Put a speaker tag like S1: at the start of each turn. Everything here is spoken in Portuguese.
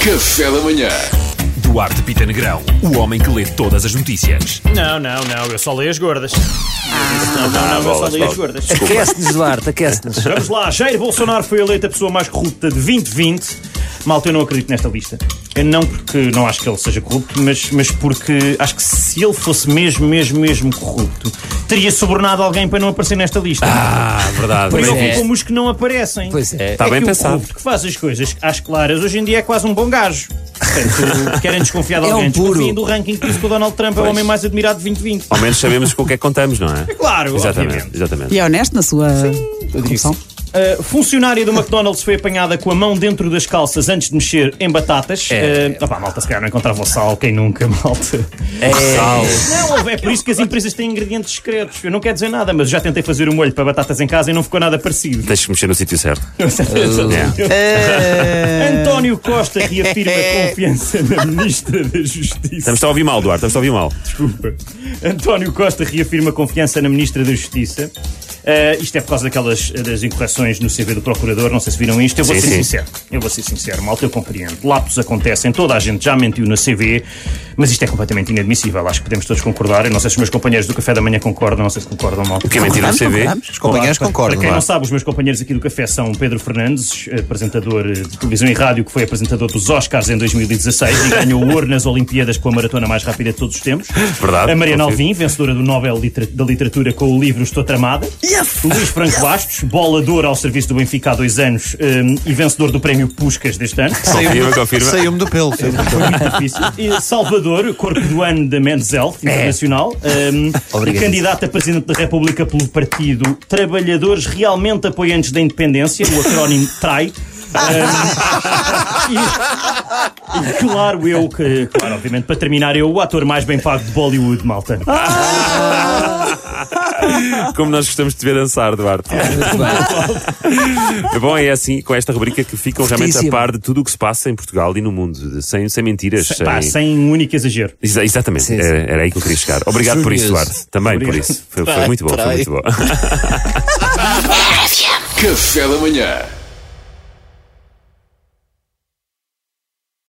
S1: Café da Manhã.
S2: Duarte Pita Negrão, o homem que lê todas as notícias.
S3: Não, não, não, eu só leio as gordas. não, não, não, eu só leio as gordas.
S4: Aquece-nos, Duarte, aquece-nos.
S3: Vamos lá, Jair Bolsonaro foi eleito a pessoa mais corrupta de 2020. Malta, eu não acredito nesta lista. Eu Não porque não acho que ele seja corrupto, mas, mas porque acho que se ele fosse mesmo, mesmo, mesmo corrupto, teria subornado alguém para não aparecer nesta lista.
S2: Ah, verdade.
S3: Mas
S2: bem
S3: não
S4: é.
S2: visto.
S3: como os que não aparecem.
S4: Pois é.
S2: Está bem
S3: que o
S2: pensado.
S3: corrupto que faz as coisas às claras, hoje em dia é quase um bom gajo. Portanto, querem desconfiar de
S4: É um
S3: alguém,
S4: puro.
S3: desconfiem do ranking, por isso que o Donald Trump é o homem mais admirado de 2020.
S2: Ao menos sabemos com o que é que contamos, não é?
S3: Claro,
S2: Exatamente,
S3: obviamente.
S2: exatamente.
S5: E é honesto na sua função.
S3: Uh, funcionária do McDonald's foi apanhada com a mão dentro das calças antes de mexer em batatas.
S2: É.
S3: Uh, opá, malta, se calhar não encontrava o sal, quem nunca, malta.
S2: Sal.
S3: Não, é por isso que as empresas têm ingredientes secretos. Eu não quero dizer nada, mas já tentei fazer um molho para batatas em casa e não ficou nada parecido.
S2: Deixa-me mexer no sítio certo.
S3: António Costa reafirma confiança na Ministra da Justiça.
S2: Estamos a ouvir mal, Duarte, estamos a ouvir mal.
S3: Desculpa. António Costa reafirma confiança na Ministra da Justiça. Ah, isto é por causa daquelas das incorreções no CV do Procurador, não sei se viram isto. Eu vou
S2: Sim,
S3: ser
S2: sim.
S3: sincero. Eu vou ser sincero, malta, eu compreendo. Lapsos acontecem, toda a gente já mentiu no CV, mas isto é completamente inadmissível. Acho que podemos todos concordar. Eu não sei se os meus companheiros do café da manhã concordam, não sei se concordam, malta.
S2: O que é mentira no CV?
S5: Concordamos, Os companheiros
S3: Para
S5: concordam.
S3: quem
S5: vá.
S3: não sabe, os meus companheiros aqui do café são Pedro Fernandes, eh, apresentador eh, de televisão e rádio, que foi apresentador dos Oscars em 2016 e ganhou o ouro nas Olimpíadas com a maratona mais rápida de todos os tempos.
S2: Verdade,
S3: A Mariana
S2: confio.
S3: Alvim, vencedora do Nobel Litera- da Literatura com o livro Estou Tramada. Luís Franco Bastos, bolador ao serviço do Benfica há dois anos eh, e vencedor do prémio Puscas deste ano.
S2: Confirma, confirma.
S4: é? Saiu-me do pelo.
S3: Foi muito difícil. E Salvador, corpo do ano da Men's Health Internacional, um,
S4: Obrigado.
S3: candidato a Presidente da República pelo partido Trabalhadores Realmente Apoiantes da Independência, o acrónimo TRAI. Ehm, Um, e, e claro, eu que, claro, obviamente, para terminar, eu, o ator mais bem pago de Bollywood, malta.
S2: Como nós gostamos de te ver dançar, Duarte. É Bom, é assim, com esta rubrica que ficam realmente a
S4: Fortíssimo.
S2: par de tudo o que se passa em Portugal e no mundo, de- sem, sem mentiras. eh,
S3: Sem, pá, sem um único exagero.
S2: Exa- Exatamente,
S4: Sim, sim.
S2: Era, era aí que eu queria chegar. Obrigado por isso,
S4: Furioso.
S2: Duarte. Também por isso. Foi, foi muito bom, foi muito bom.
S1: Café da Manhã.